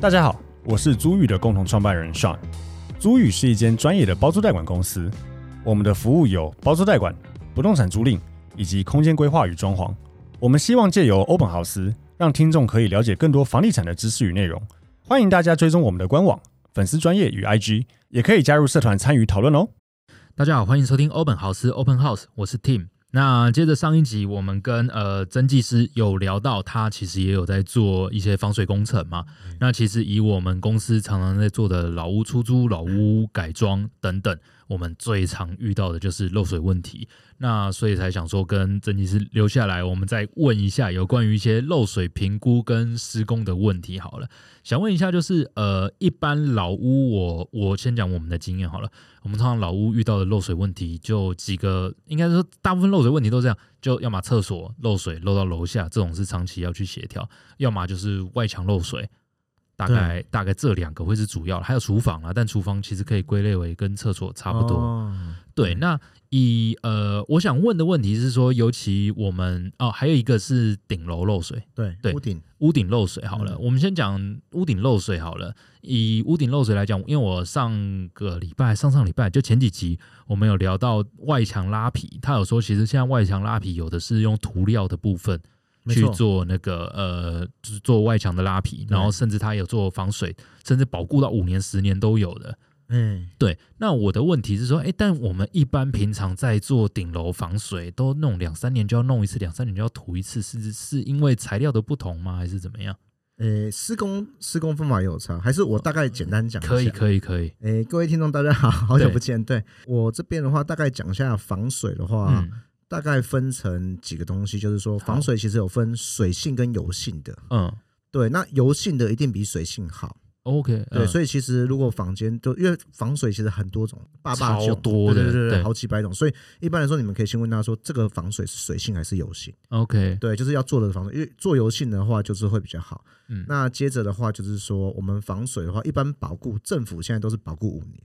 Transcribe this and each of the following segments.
大家好，我是租宇的共同创办人 Sean。租宇是一间专业的包租代管公司，我们的服务有包租代管、不动产租赁以及空间规划与装潢。我们希望借由欧本豪斯，让听众可以了解更多房地产的知识与内容。欢迎大家追踪我们的官网、粉丝专业与 IG，也可以加入社团参与讨论哦。大家好，欢迎收听欧本豪斯 Open House，我是 Tim。那接着上一集，我们跟呃曾技师有聊到，他其实也有在做一些防水工程嘛。那其实以我们公司常常在做的老屋出租、老屋改装等等，我们最常遇到的就是漏水问题。那所以才想说跟曾技师留下来，我们再问一下有关于一些漏水评估跟施工的问题好了。想问一下，就是呃，一般老屋我我先讲我们的经验好了。我们通常老屋遇到的漏水问题，就几个，应该说大部分漏水问题都这样，就要么厕所漏水漏到楼下，这种是长期要去协调；要么就是外墙漏水，大概大概这两个会是主要，还有厨房啊，但厨房其实可以归类为跟厕所差不多。哦对，那以呃，我想问的问题是说，尤其我们哦，还有一个是顶楼漏水，对对屋顶屋顶漏水好了，嗯我们先讲屋顶漏水好了。以屋顶漏水来讲，因为我上个礼拜、上上礼拜就前几集，我们有聊到外墙拉皮，他有说其实现在外墙拉皮有的是用涂料的部分没去错做那个呃，就是做外墙的拉皮，对然后甚至他有做防水，甚至保固到五年、十年都有的。嗯，对，那我的问题是说，哎，但我们一般平常在做顶楼防水，都弄两三年就要弄一次，两三年就要涂一次，是是因为材料的不同吗，还是怎么样？呃，施工施工方法有差，还是我大概简单讲一下可以，可以，可以。诶，各位听众大家好，好久对不见。对我这边的话，大概讲一下防水的话，嗯大概分成几个东西，就是说好防水其实有分水性跟油性的。嗯对，那油性的一定比水性好。 ，OK，嗯对，以所以其实如果房间就因为防水其实很多种，爸爸超多的对对对对，好几百种。所以一般来说，你们可以先问他说，这个防水是水性还是油性？ OK，对，就是要做的防水，因为做油性的话就是会比较好。嗯，那接着的话就是说，我们防水的话，一般保固政府现在都是保固五年，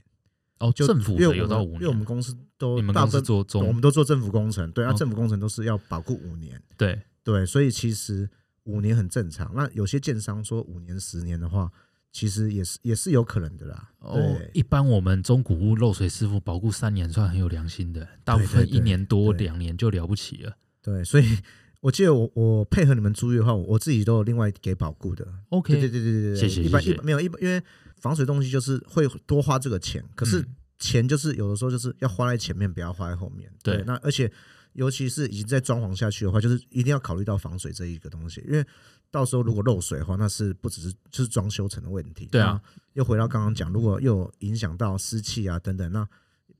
哦，就政府因为我的有们到五因年，为我们公司都你们大公部司分做哦我中们都做政府工程，对，那、啊 OK 政府工程都是要保固五年，对，对，所以其实五年很正常。那有些建商说五年、十年的话，其实也是也是有可能的啦。哦对，一般我们中古屋漏水师傅保护三年算很有良心的，大部对对分一对年多对两年就了不起了。对，所以我记得我我配合你们租约的话，我我自己都有另外给保固的。 OK，对对对对对对，谢谢一般谢一谢般没有一般，因为防水东西就是会多花这个钱，可是嗯钱就是有的时候就是要花在前面，不要花在后面。对那而且尤其是已经在装潢下去的话，就是一定要考虑到防水这一个东西，因为到时候如果漏水的话，那是不只是就是装修成的问题。对啊，又回到刚刚讲，如果又有影响到湿气啊等等，那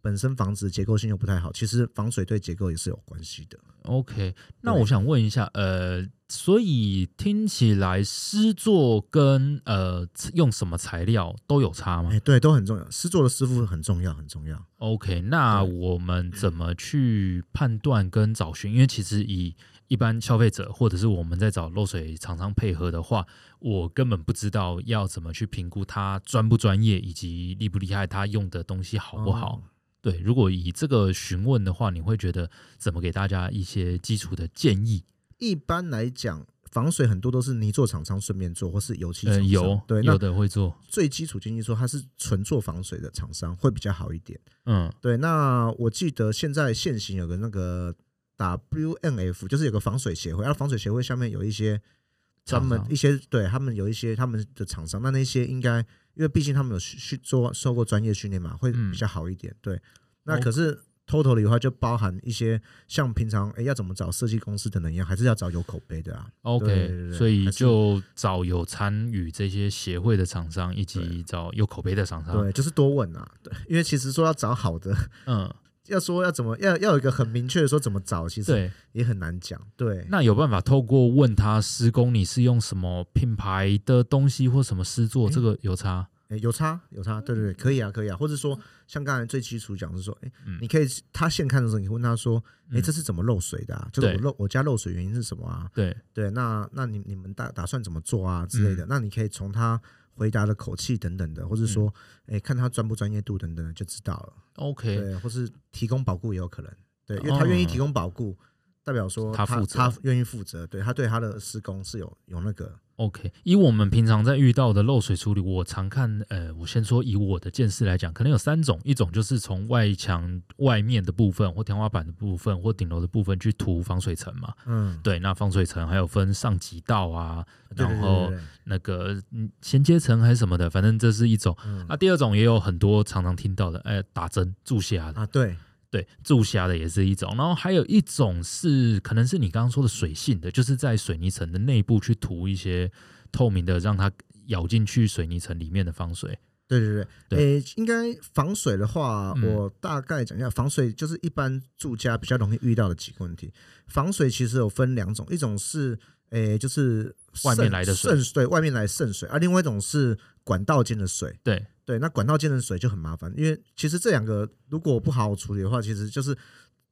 本身房子结构性又不太好，其实防水对结构也是有关系的。 OK，那对我想问一下，呃，所以听起来施作跟呃用什么材料都有差吗哎、对，都很重要，施作的师傅很重要，很重要。 ？OK，那对我们怎么去判断跟找寻？因为其实以一般消费者或者是我们在找漏水厂商配合的话，我根本不知道要怎么去评估他专不专业以及厉不厉害，他用的东西好不好。哦对，如果以这个询问的话，你会觉得怎么给大家一些基础的建议？一般来讲，防水很多都是泥做厂商顺便做，或是油漆厂呃，商。有对，有那的会做，最基础建议说它是纯做防水的厂商会比较好一点。嗯，对，那我记得现在现行有个那个 WNF，就是有个防水协会，然啊后防水协会下面有一些专门厂商一些对他们有一些他们的厂商，那那些应该因为毕竟他们有训训做受过专业训练嘛，会嗯哦比较好一点。对，那 OK 可是 total 里的话就包含一些像平常哎要怎么找设计公司等等一样，还是要找有口碑的啊。对 OK，对对所以还是就找有参与这些协会的厂商，以及找有口碑的厂商。对，就是多问啊，对，因为其实说要找好的， 嗯，要说要怎么要要有一个很明确的说怎么找，其实对。也很难讲。对，那有办法透过问他施工你是用什么品牌的东西或什么施作，诶这个有差？诶有差有差，对对对，可以啊可以啊，或者说像刚才最基础讲的是说，哎、嗯你可以他现看的时候，你可以问他说，哎、嗯这是怎么漏水的、啊？就是我对漏我家漏水原因是什么啊？对，对，那那你你们打打算怎么做啊之类嗯的？那你可以从他回答的口气等等的，或是说，哎、嗯看他专不专业度等等的就知道了。 OK，对，或是提供保固也有可能，对，因为他愿意提供保固，代表说哦他负责他愿意负责，对他对他的施工是有有那个 OK，以我们平常在遇到的漏水处理，我常看，呃，我先说以我的见识来讲，可能有三种，一种就是从外墙外面的部分，或天花板的部分，或顶楼的部分去涂防水层嘛。嗯，对，那防水层还有分上级道啊，对然后对对对对那个嗯衔接层还是什么的，反正这是一种。啊嗯那第二种也有很多常常听到的，哎，打针注虾的，啊对，对，注虾的也是一种。然后还有一种是可能是你刚刚说的水性的，就是在水泥层的内部去涂一些透明的，让它咬进去水泥层里面的防水。对对对，诶、应该防水的话，嗯我大概讲一下，防水就是一般住家比较容易遇到的几个问题。防水其实有分两种，一种是诶、就是外面渗来的水渗对，外面来渗水，啊而、另外一种是管道间的水。对，对，那管道间的水就很麻烦，因为其实这两个如果不好好处理的话，其实就是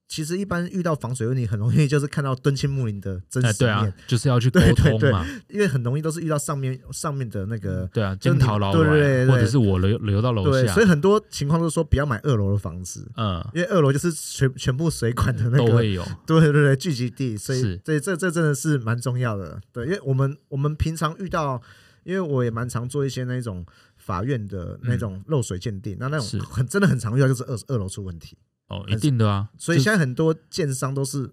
其实一般遇到防水问题，很容易就是看到敦亲睦邻的真哎，实对面，啊，就是要去沟 对对通对嘛，因为很容易都是遇到上面上面的那个。对啊，就惊你逃老对对对软，对或者是我留留到嗯楼对，下所，以很多情况都是说不要买二楼的房子，嗯，因为二楼就是全全部水管的那都个，会有。对对对，聚集地，所是以对这这真的是蛮重要的。对，因为我们我们平常遇到，因为我也蛮常做一些那种法院的那种漏水鉴定，那那是种很真的很常遇到就是二二楼出问题，哦，一定的啊，所以就现在很多建商都是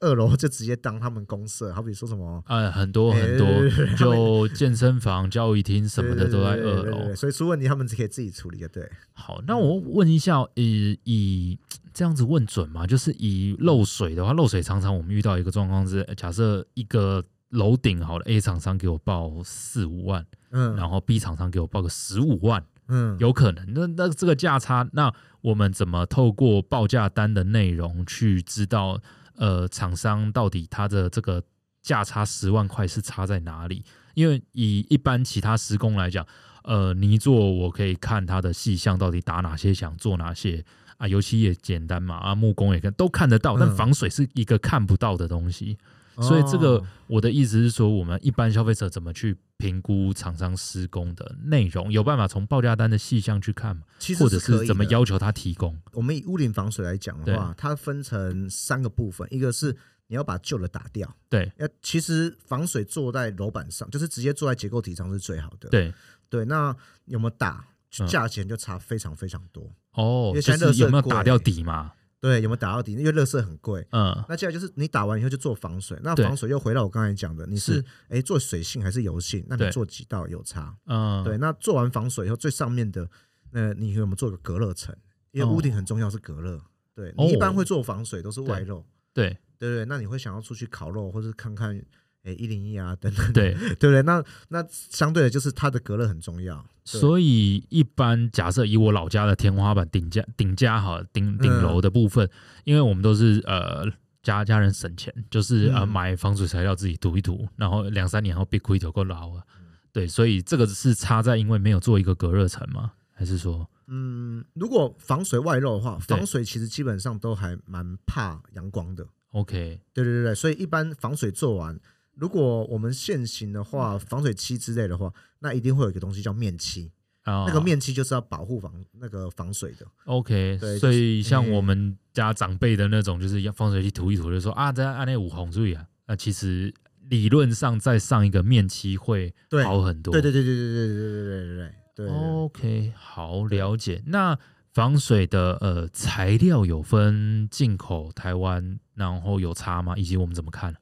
二楼就直接当他们公社，好比说什么。呃很多很哎多对对对对， 他们就健身房、教育厅什么的都在对对二对对对楼对。所以出问题他们可以自己处理的。对，好，那我问一下，以以这样子问准吗？就是以漏水的话，漏水常常我们遇到一个状况是，呃假设一个楼顶好了，A 厂商给我报四五万，嗯然后 B 厂商给我报个十五万，嗯，有可能。那那这个价差，那我们怎么透过报价单的内容去知道，呃，厂商到底它的这个价差十万块是差在哪里？因为以一般其他施工来讲，呃，泥做我可以看它的细项到底打哪些想做哪些啊，油漆也简单嘛啊，木工也看都看得到，但嗯防水是一个看不到的东西。所以这个哦我的意思是说，我们一般消费者怎么去评估厂商施工的内容？有办法从报价单的细项去看吗？其实或者可是以怎么的要求他提供？我们以屋顶防水来讲的话，它分成三个部分，一个是你要把旧的打掉，对要其实防水做在楼板上，就是直接做在结构体上是最好的。对对那有没有打嗯，价钱就差非常非常多。哦因，为就现在垃是圾有没有贵打掉底嘛？对，有没有打到底？因为垃圾很贵。嗯，那接下来就是你打完以后就做防水，那对防水又回到我刚才讲的，你是是哎做水性还是油性？那对你做几道有差？嗯，对，那做完防水以后，最上面的那你有没有做个隔热层？因为哦屋顶很重要是隔热。对哦你一般会做防水都是外露，对对对，那你会想要出去烤肉，或者看看诶一零一啊等等，对，对不对？那那相对的就是它的隔热很重要，对所以一般假设以我老家的天花板顶架顶架哈顶顶嗯楼的部分，因为我们都是呃家家人省钱，就是、呃嗯买防水材料自己涂一涂，然后两三年后被亏头够老了。嗯对，所以这个是差在因为没有做一个隔热层吗？还是说嗯，如果防水外露的话，对防水其实基本上都还蛮怕阳光的， OK 对对对对，所以一般防水做完，如果我们现行的话，防水漆之类的话，那一定会有一个东西叫面漆，啊、那个面漆就是要保护防那个防水的， OK，对所就以是像嗯我们家长辈的那种，就是要放水去涂一涂，就说啊，这样按那五红注意啊，那其实理论上再上一个面漆会对好很多。对对对对对对对对对对对对。 OK，好了解。那防水的呃材料有分进口台湾，然后有差吗？以及我们怎么看？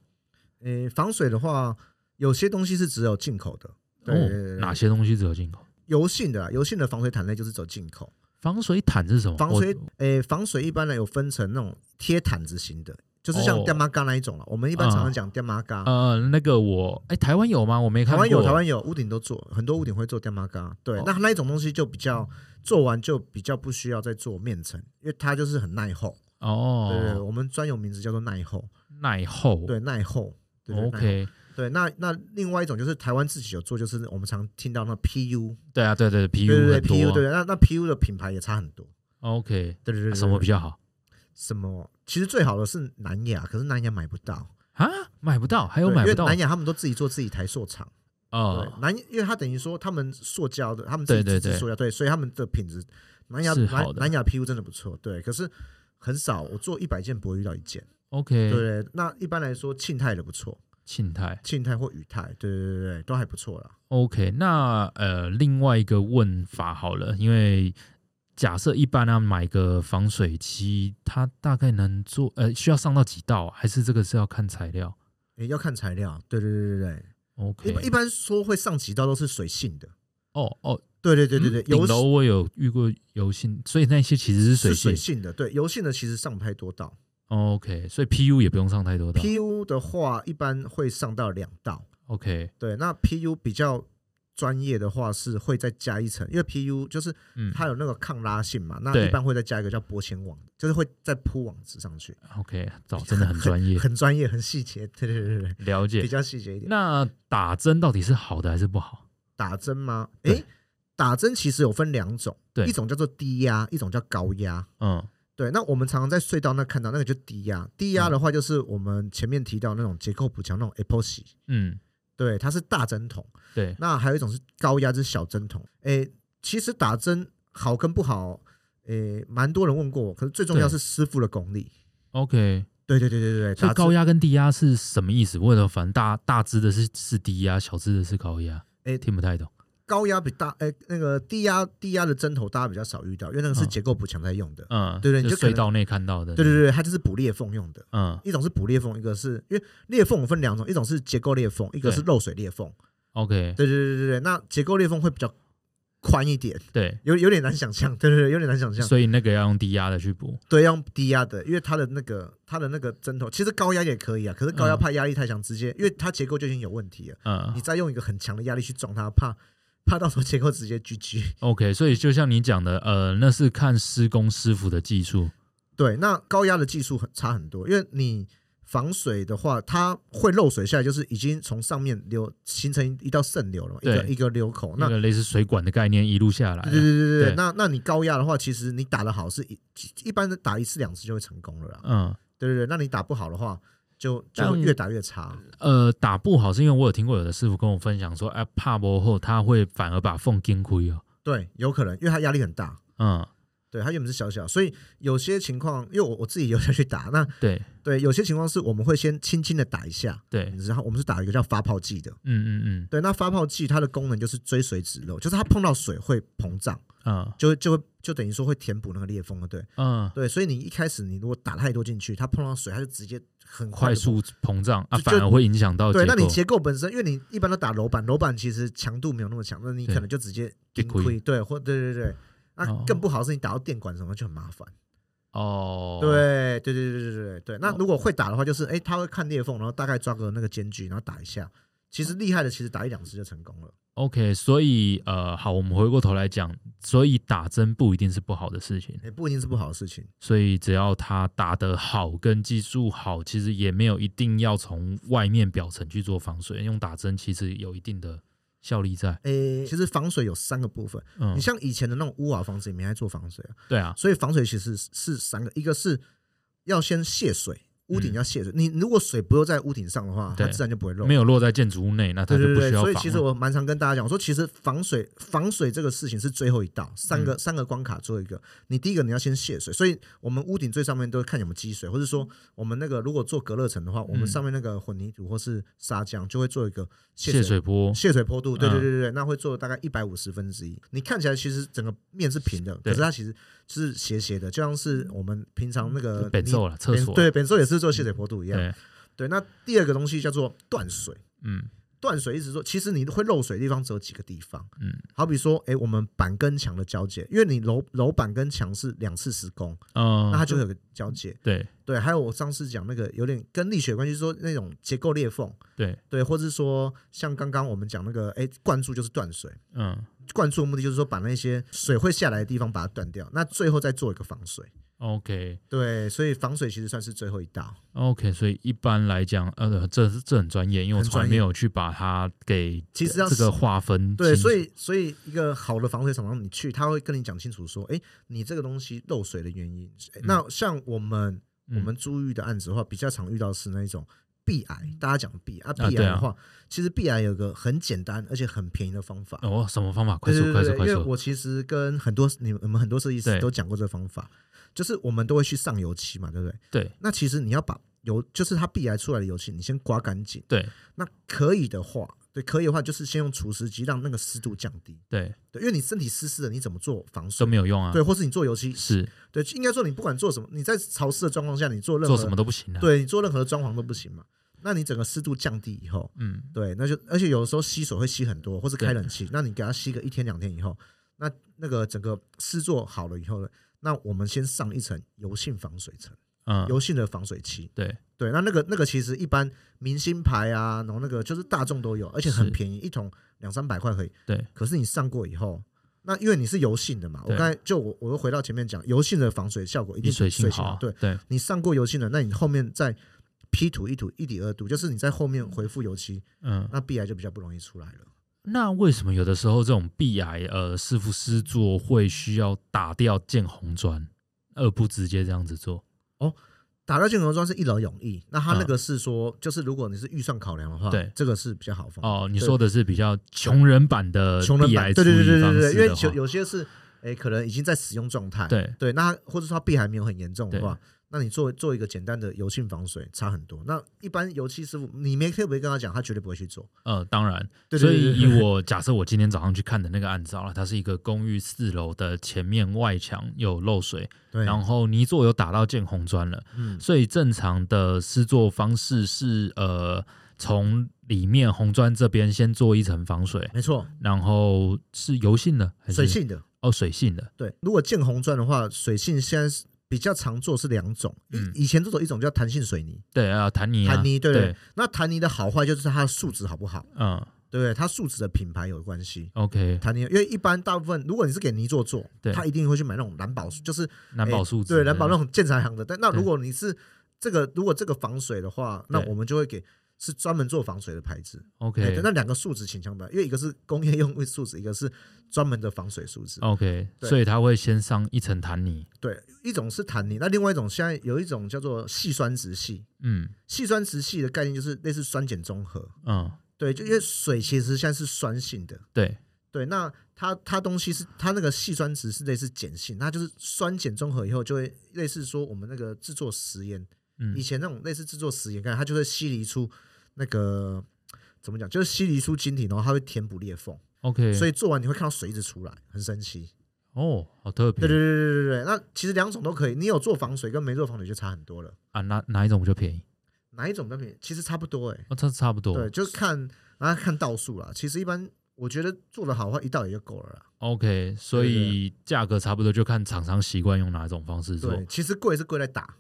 诶，防水的话，有些东西是只有进口的，对对对对哦，哪些东西只有进口？油性的啊，油性的防水毯类就是走进口。防水毯是什么？防我水诶，防水一般呢有分成那种贴毯子型的，就是像哦电马嘎那一种了。我们一般常常讲电马嘎，呃，那个我哎，台湾有吗？我没看台过。湾有，台湾有，屋顶都做，很多屋顶会做电马嘎。对哦，那那一种东西就比较做完就比较不需要再做面层，因为它就是很耐候。对对，对哦，我们专有名字叫做耐候，耐候。对耐候。对对耐候 OK，对，那那另外一种就是台湾自己有做，就是我们常听到那 PU，对啊，对对对，PU 对对对很多，PU 啊。对，那那 PU 的品牌也差很多。 OK，啊对对对，对什么比较好什么？其实最好的是南亚，可是南亚买不到，啊？买不到，还有对买不因为到南亚他们都自己做自己台塑厂。哦对，南，因为它等于说他们塑胶的，他们自己对对自对制塑胶，对，所以他们的品质，南亚是好南的南亚 PU 真的不错，对，可是很少，我做一百件不会遇到一件， OK，对，那一般来说，庆泰的不错，庆泰庆泰或宇泰，对对对对，都还不错啦。 OK，那呃，另外一个问法好了，因为假设一般啊买个防水漆，它大概能做呃需要上到几道啊，还是这个是要看材料也要看材料，对对对对对，一般一？OK，般说会上几道都是水性的，哦哦，对对对对对，嗯油顶楼性我有遇过油性，所以那些其实是水性是水。性的，对油性的其实上不太多道。哦 OK，所以 PU 也不用上太多道。 PU 的话，一般会上到两道， OK，对，那 PU 比较专业的话是会再加一层，因为 PU 就是嗯它有那个抗拉性嘛，那对一般会再加一个叫玻纤网，就是会再铺网子上去， ，OK，早真的很专业，很专业，很细节，对对对对对，了比解。较细节一点。那打针到底是好的还是不好？打针吗？对诶，打针其实有分两种，对一种叫做低压，一种叫高压。嗯，对，那我们常常在隧道那看到那个就低压，低压的话就是我们前面提到那种结构补强那种 epoxy，嗯，对，它是大针筒。对，那还有一种是高压，就是小针筒。诶，其实打针好跟不好，诶，蛮多人问过我，可是最重要是师傅的功力。 OK，对对对对对，所打以针高，压跟低压是什么意思？我了，反正大大支的是是低压，小支的是高压，诶听不太懂。高压比大，诶，那个低压低压的针头大家比较少遇到，因为那个是嗯结构补强在用的。嗯，对对你就可隧能道内看到的。对对，对，它就是补裂缝用的。嗯一种是补裂缝，一个是因为裂缝有分两种，一种是结构裂缝，一个是对漏水裂缝。 ，OK，对对对对对，那结构裂缝会比较宽一点，对，有有点难想象，对对对，有点难想象。所以那个要用低压的去补。对，要用低压的，因为它的那个它的那个针头，其实高压也可以啊，可是高压嗯怕压力太强，直接因为它结构就已经有问题了，你嗯再用一个很强的压力去撞它，怕怕到时候结构直接 GG。 ，OK，所以就像你讲的，呃，那是看施工师傅的技术。 对，那高压的技术很差很多，因为你防水的话，它会漏水下来，就是已经从上面流形成一道渗流了嘛，一个对一个流口。哦那那个类似水管的概念一路下来啊，对对对对对对，那那你高压的话，其实你打的好是一一般的打一次两次就会成功了啦。嗯，对对对，那你打不好的话，就就但会越打越差。呃，打不好是因为我有听过有的师傅跟我分享说，哎、怕磨后他会反而把缝钉亏哦，对，有可能，因为它压力很大。嗯，对，它原本是小小，所以有些情况，因为我我自己有下去打，那对对有些情况是我们会先轻轻的打一下，对，嗯然后我们是打一个叫发泡剂的。嗯嗯对，那发泡剂它的功能就是追水止漏，就是它碰到水会膨胀，嗯，啊就就会就等于说会填补那个裂缝了。对嗯，对，所以你一开始你如果打太多进去，它碰到水，它就直接很快快地速膨胀啊，就反而会影响到结对，那你构。结构本身，因为你一般都打楼板，楼板其实强度没有那么强，那你对可能就直接就顶亏亏，对，或对对对。那哦更不好是你打到电管什么就很麻烦。哦，，对对对对对对对。那哦如果会打的话，就是哎，他会看裂缝，然后大概抓个那个间距，然后打一下。其实厉害的，其实打一两次就成功了。 OK，所以呃，好，我们回过头来讲，所以打针不一定是不好的事情，也不一定是不好的事情。所以只要他打得好跟技术好，其实也没有一定要从外面表层去做防水，用打针其实有一定的效力在。诶，其实防水有三个部分。嗯你，像以前的那种屋瓦房子里面还做防水啊，对啊，所以防水其实是是三个，一个是要先泄水，屋顶要泄水。你如果水不落在屋顶上的话，它嗯对自然就不会漏没。有落在建筑物内，那它对就对不对需对，要所以防其实了我蛮常跟大家讲说，其实防水防水这个事情是最后一道，三嗯个、三个关卡做一个。你第一个你要先泄水，所以我们屋顶最上面都看有没有积水，或者说我们那个如果做隔热层的话，嗯我们上面那个混凝土或是砂浆就会做一个泄泄水坡，泄水坡度，对嗯对对对对，那会做大概一百五十分之一。你看起来其实整个面是平的，可对是它其实是斜斜的，就像是我们平常那个嗯本你座了，厕本所，嗯对本寿也是做泄水坡度一样。对，对，那第二个东西叫做断水。嗯断水一直说，其实你会漏水的地方只有几个地方，嗯，好比说，哎，我们板跟墙的交界，因为你楼楼板跟墙是两次施工，嗯，那它就会有个交界。对对，还有我上次讲那个有点跟力学有关系，说那种结构裂缝，对，对，或者是说像刚刚我们讲那个，哎，灌注就是断水，嗯灌注的目的就是说把那些水会下来的地方把它断掉，那最后再做一个防水。 ，OK。对，所以防水其实算是最后一道。 OK，所以一般来讲，呃，这是这很专业，因为我很从来专业没有去把它给其实要这个划分清楚。对，所以所以一个好的防水厂商，你去他会跟你讲清楚说，哎，你这个东西漏水的原因。诶那像我们、嗯我们租遇的案子的话，比较常遇到是那一种壁癌，大家讲壁啊，壁啊癌对啊的话，其实壁癌有个很简单而且很便宜的方法。哦，什么方法？快对速，对快速，对对，因快为速！我其实跟很多你们我们很多设计对师都讲过这个方法，就是我们都会去上油漆嘛，对不对？对，那其实你要把油就是它壁癌出来的油漆，你先刮干净。对那可以的话，对，可以的话就是先用除湿机让那个湿度降低。对对，因为你身体湿湿的，你怎么做防都水？没有用啊，对，或是你做油漆，是对，应该说你不管做什么，你在潮湿的状况下，你做任何做什么都不行啊。，对你做任何的装潢都不行嘛。那你整个湿度降低以后，嗯，对，那就而且有的时候吸水会吸很多，或是对开冷气，那你给它吸个一天两天以后，那那个整个湿做好了以后呢，那我们先上一层油性防水层，嗯，油性的防水漆。对对，那那个那个其实一般明星牌啊，然后那个就是大众都有，而且很是便宜，一桶两三百块可以。对可是你上过以后，那因为你是油性的嘛，我对刚才就我我又回到前面讲，油性的防水效果一比定水比性水性好好啊，。对，对你上过油性的，那你后面再 P 图一涂一底二度，就是你在后面回复油漆，嗯。那壁癌就比较不容易出来了。那为什么有的时候这种壁癌呃师傅师做会需要打掉见红砖，而不直接这样子做？打掉建红砖是一劳永逸，那它那嗯个是说，就是如果你是预算考量的话，对这个是比较好方法。哦，你对说的是比较穷人版的穷人壁版，呃癌对处对对理对方对式对，因为的有话，有些是哎，可能已经在使用状态，对对，那或者说它壁还没有很严重的话，那你做做一个简单的油性防水差很多。那一般油漆师傅，你没特别跟他讲，他绝对不会去做。呃，当然，对所对对以以对我假设我今天早上去看的那个案子好了，它是一个公寓四楼的前面外墙有漏水，对，然后泥作有打到见红砖了，嗯，所以正常的施作方式是呃从里面红砖这边先做一层防水，没错，然后是油性的还是水性的哦水性的对。如果建红砖的话，水性现在是比较常做是两种，嗯以以前都走一种叫弹性水泥，对啊弹泥啊弹泥对不对对？那弹泥的好坏就是它的素质好不好，嗯对不对？它素质的品牌有关系。 OK 弹泥，因为一般大部分，如果你是给泥做做对，他一定会去买那种蓝宝石，就是蓝宝树脂哎对，蓝宝那种建材行的。但那对如果你是这个，如果这个防水的话，那对我们就会给是专门做防水的牌子。哎 OK 对那两个树脂倾向吧，因为一个是工业用的树脂，一个是专门的防水树脂。 OK，对所以它会先上一层弹泥，对，一种是弹力，那另外一种现在有一种叫做细酸直系。嗯细酸直系的概念就是类似酸碱中和。嗯对，就因为水其实现在是酸性的。对对，那它它东西是它那个细酸值是类似碱性，它就是酸碱中和以后就会类似说我们那个制作食盐，嗯以前那种类似制作食盐干，它就会析离出那个怎么讲，就是析离出晶体，然后它会填补裂缝， OK，所以以做完你会看到水一直出来，很神奇。哦好特别对对对对对对，那其实两种都可以，你有做防水跟没做防水就差很多了，啊哪哪一种比较便宜？哪一种比较便宜？其实差不多哎、哦，这差不多对，就是看然后看道数啦。其实一般我觉得做的好的话，一道也就够了啦。 OK，所以价格差不多就看厂商习惯用哪种方式做。对，其实贵是贵在打。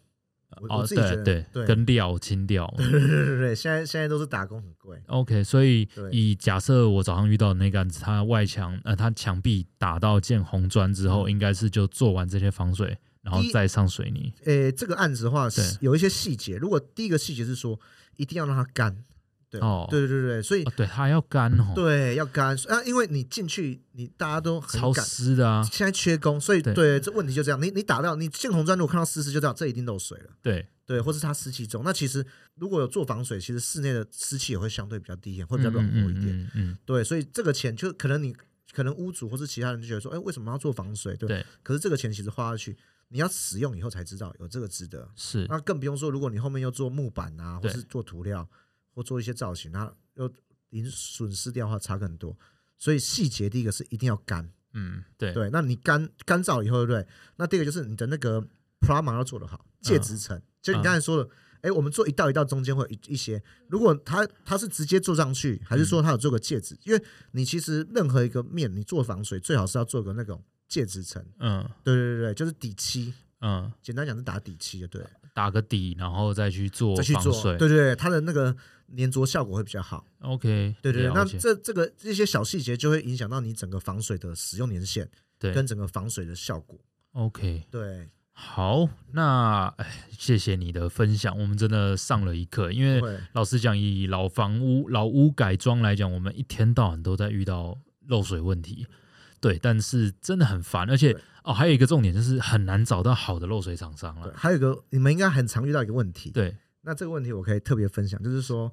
我哦，我自己觉对得对跟料清掉。对对对对，现在现在都是打工很贵， OK，所以对以假设我早上遇到的那个案子，它外墙呃，它墙壁打到建红砖之后，应该是就做完这些防水，然后嗯一再上水泥。诶，这个案子的话对有一些细节，如果第一个细节是说一定要让它干，对，哦对对对对，所以、哦，对，它要干哦，对要干啊，因为你进去你大家都很超赶，湿的啊，现在缺工，所以对对这问题就这样，你你打到你建红砖，如果看到湿湿就知道这一定漏水了。对，对，或是它湿气重，那其实如果有做防水，其实室内的湿气也会相对比较低一点，会比较软和一嗯点。嗯嗯对，所以这个钱就可能你可能屋主或是其他人就觉得说，哎，为什么要做防水？对，对可是这个钱其实花下去，你要使用以后才知道有这个值得。是那更不用说，如果你后面又做木板啊，或对是做涂料，或做一些造型，那又零损失掉的话差更多。所以细节第一个是一定要干，嗯对对，那你干干燥以后，对不对？那第二个就是你的那个 prama 要做得好，嗯介质层，就你刚才说的，哎、我们做一道一道中间会有一一些，如果它它是直接做上去，还是说嗯它有做个介质？因为你其实任何一个面，你做防水最好是要做个那种介质层，嗯对对对对，就是底漆，嗯，简单讲是打底漆的，对了，打个底，然后再去做再去防做，水。对对对，它的那个粘着效果会比较好。 OK，对对对，了那解这这个这些小细节就会影响到你整个防水的使用年限跟对整个防水的效果。 OK，对，好，那哎，谢谢你的分享，我们真的上了一课。因为会老实讲，以老房屋、老屋改装来讲，我们一天到晚都在遇到漏水问题，对，但是真的很烦，而且对哦，还有一个重点就是很难找到好的漏水厂商对，了。还有一个你们应该很常遇到一个问题，对，那这个问题我可以特别分享，就是说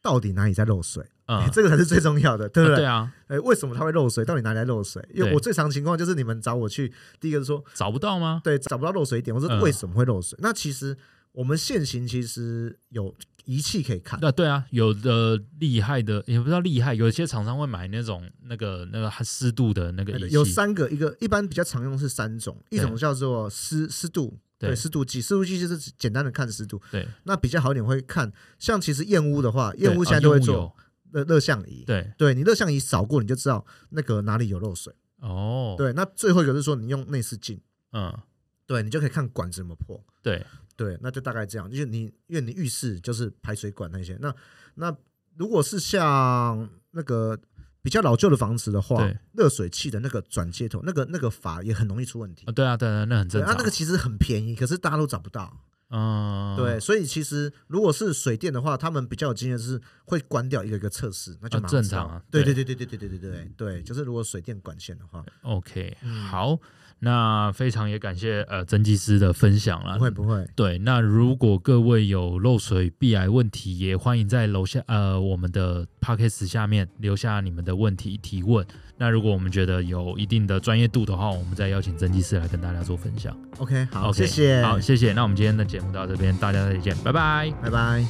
到底哪里在漏水， 嗯，这个才是最重要的，对不啊对？对啊，哎、为什么它会漏水？到底哪里在漏水？因为对我最常情况就是你们找我去，第一个是说找不到吗？对找不到漏水点，或嗯是为什么会漏水？那其实我们现行其实有仪器可以看，那对啊，有的厉害的也不知道厉害，有些厂商会买那种那个那个湿度的那个仪器，有三个，一个一般比较常用是三种，一种叫做湿湿度，对对湿度计，湿度计就是简单的看湿度。对那比较好一点会看，像其实燕屋的话，燕对屋啊现在都会烟雾做有热热像仪，对对你热像仪扫过你就知道那个哪里有漏水。哦，对，那最后一个是说你用内视镜，嗯对你就可以看管子怎么破。对对，那就大概这样，就是你因为你浴室就是排水管那些，那那如果是像那个比较老旧的房子的话对，热水器的那个转接头，那个那个阀也很容易出问题。啊对啊对啊，那很对正啊常，，那个其实很便宜，可是大家都找不到。嗯对，所以其实如果是水电的话，他们比较有经验是会关掉一个一个测试，那就啊蛮好正常知道啊对对对对对对对对对对对，就是如果水电管线的话， OK 嗯好，那非常也感谢呃曾技师的分享啦不。会不会，对，那如果各位有漏水、避癌问题，也欢迎在楼下呃我们的 p o c k e t 下面留下你们的问题提问。那如果我们觉得有一定的专业度的话，我们再邀请曾技师来跟大家做分享。 OK，好 OK，谢谢，好，谢谢。那我们今天的节目到这边，大家再见，拜拜。拜拜。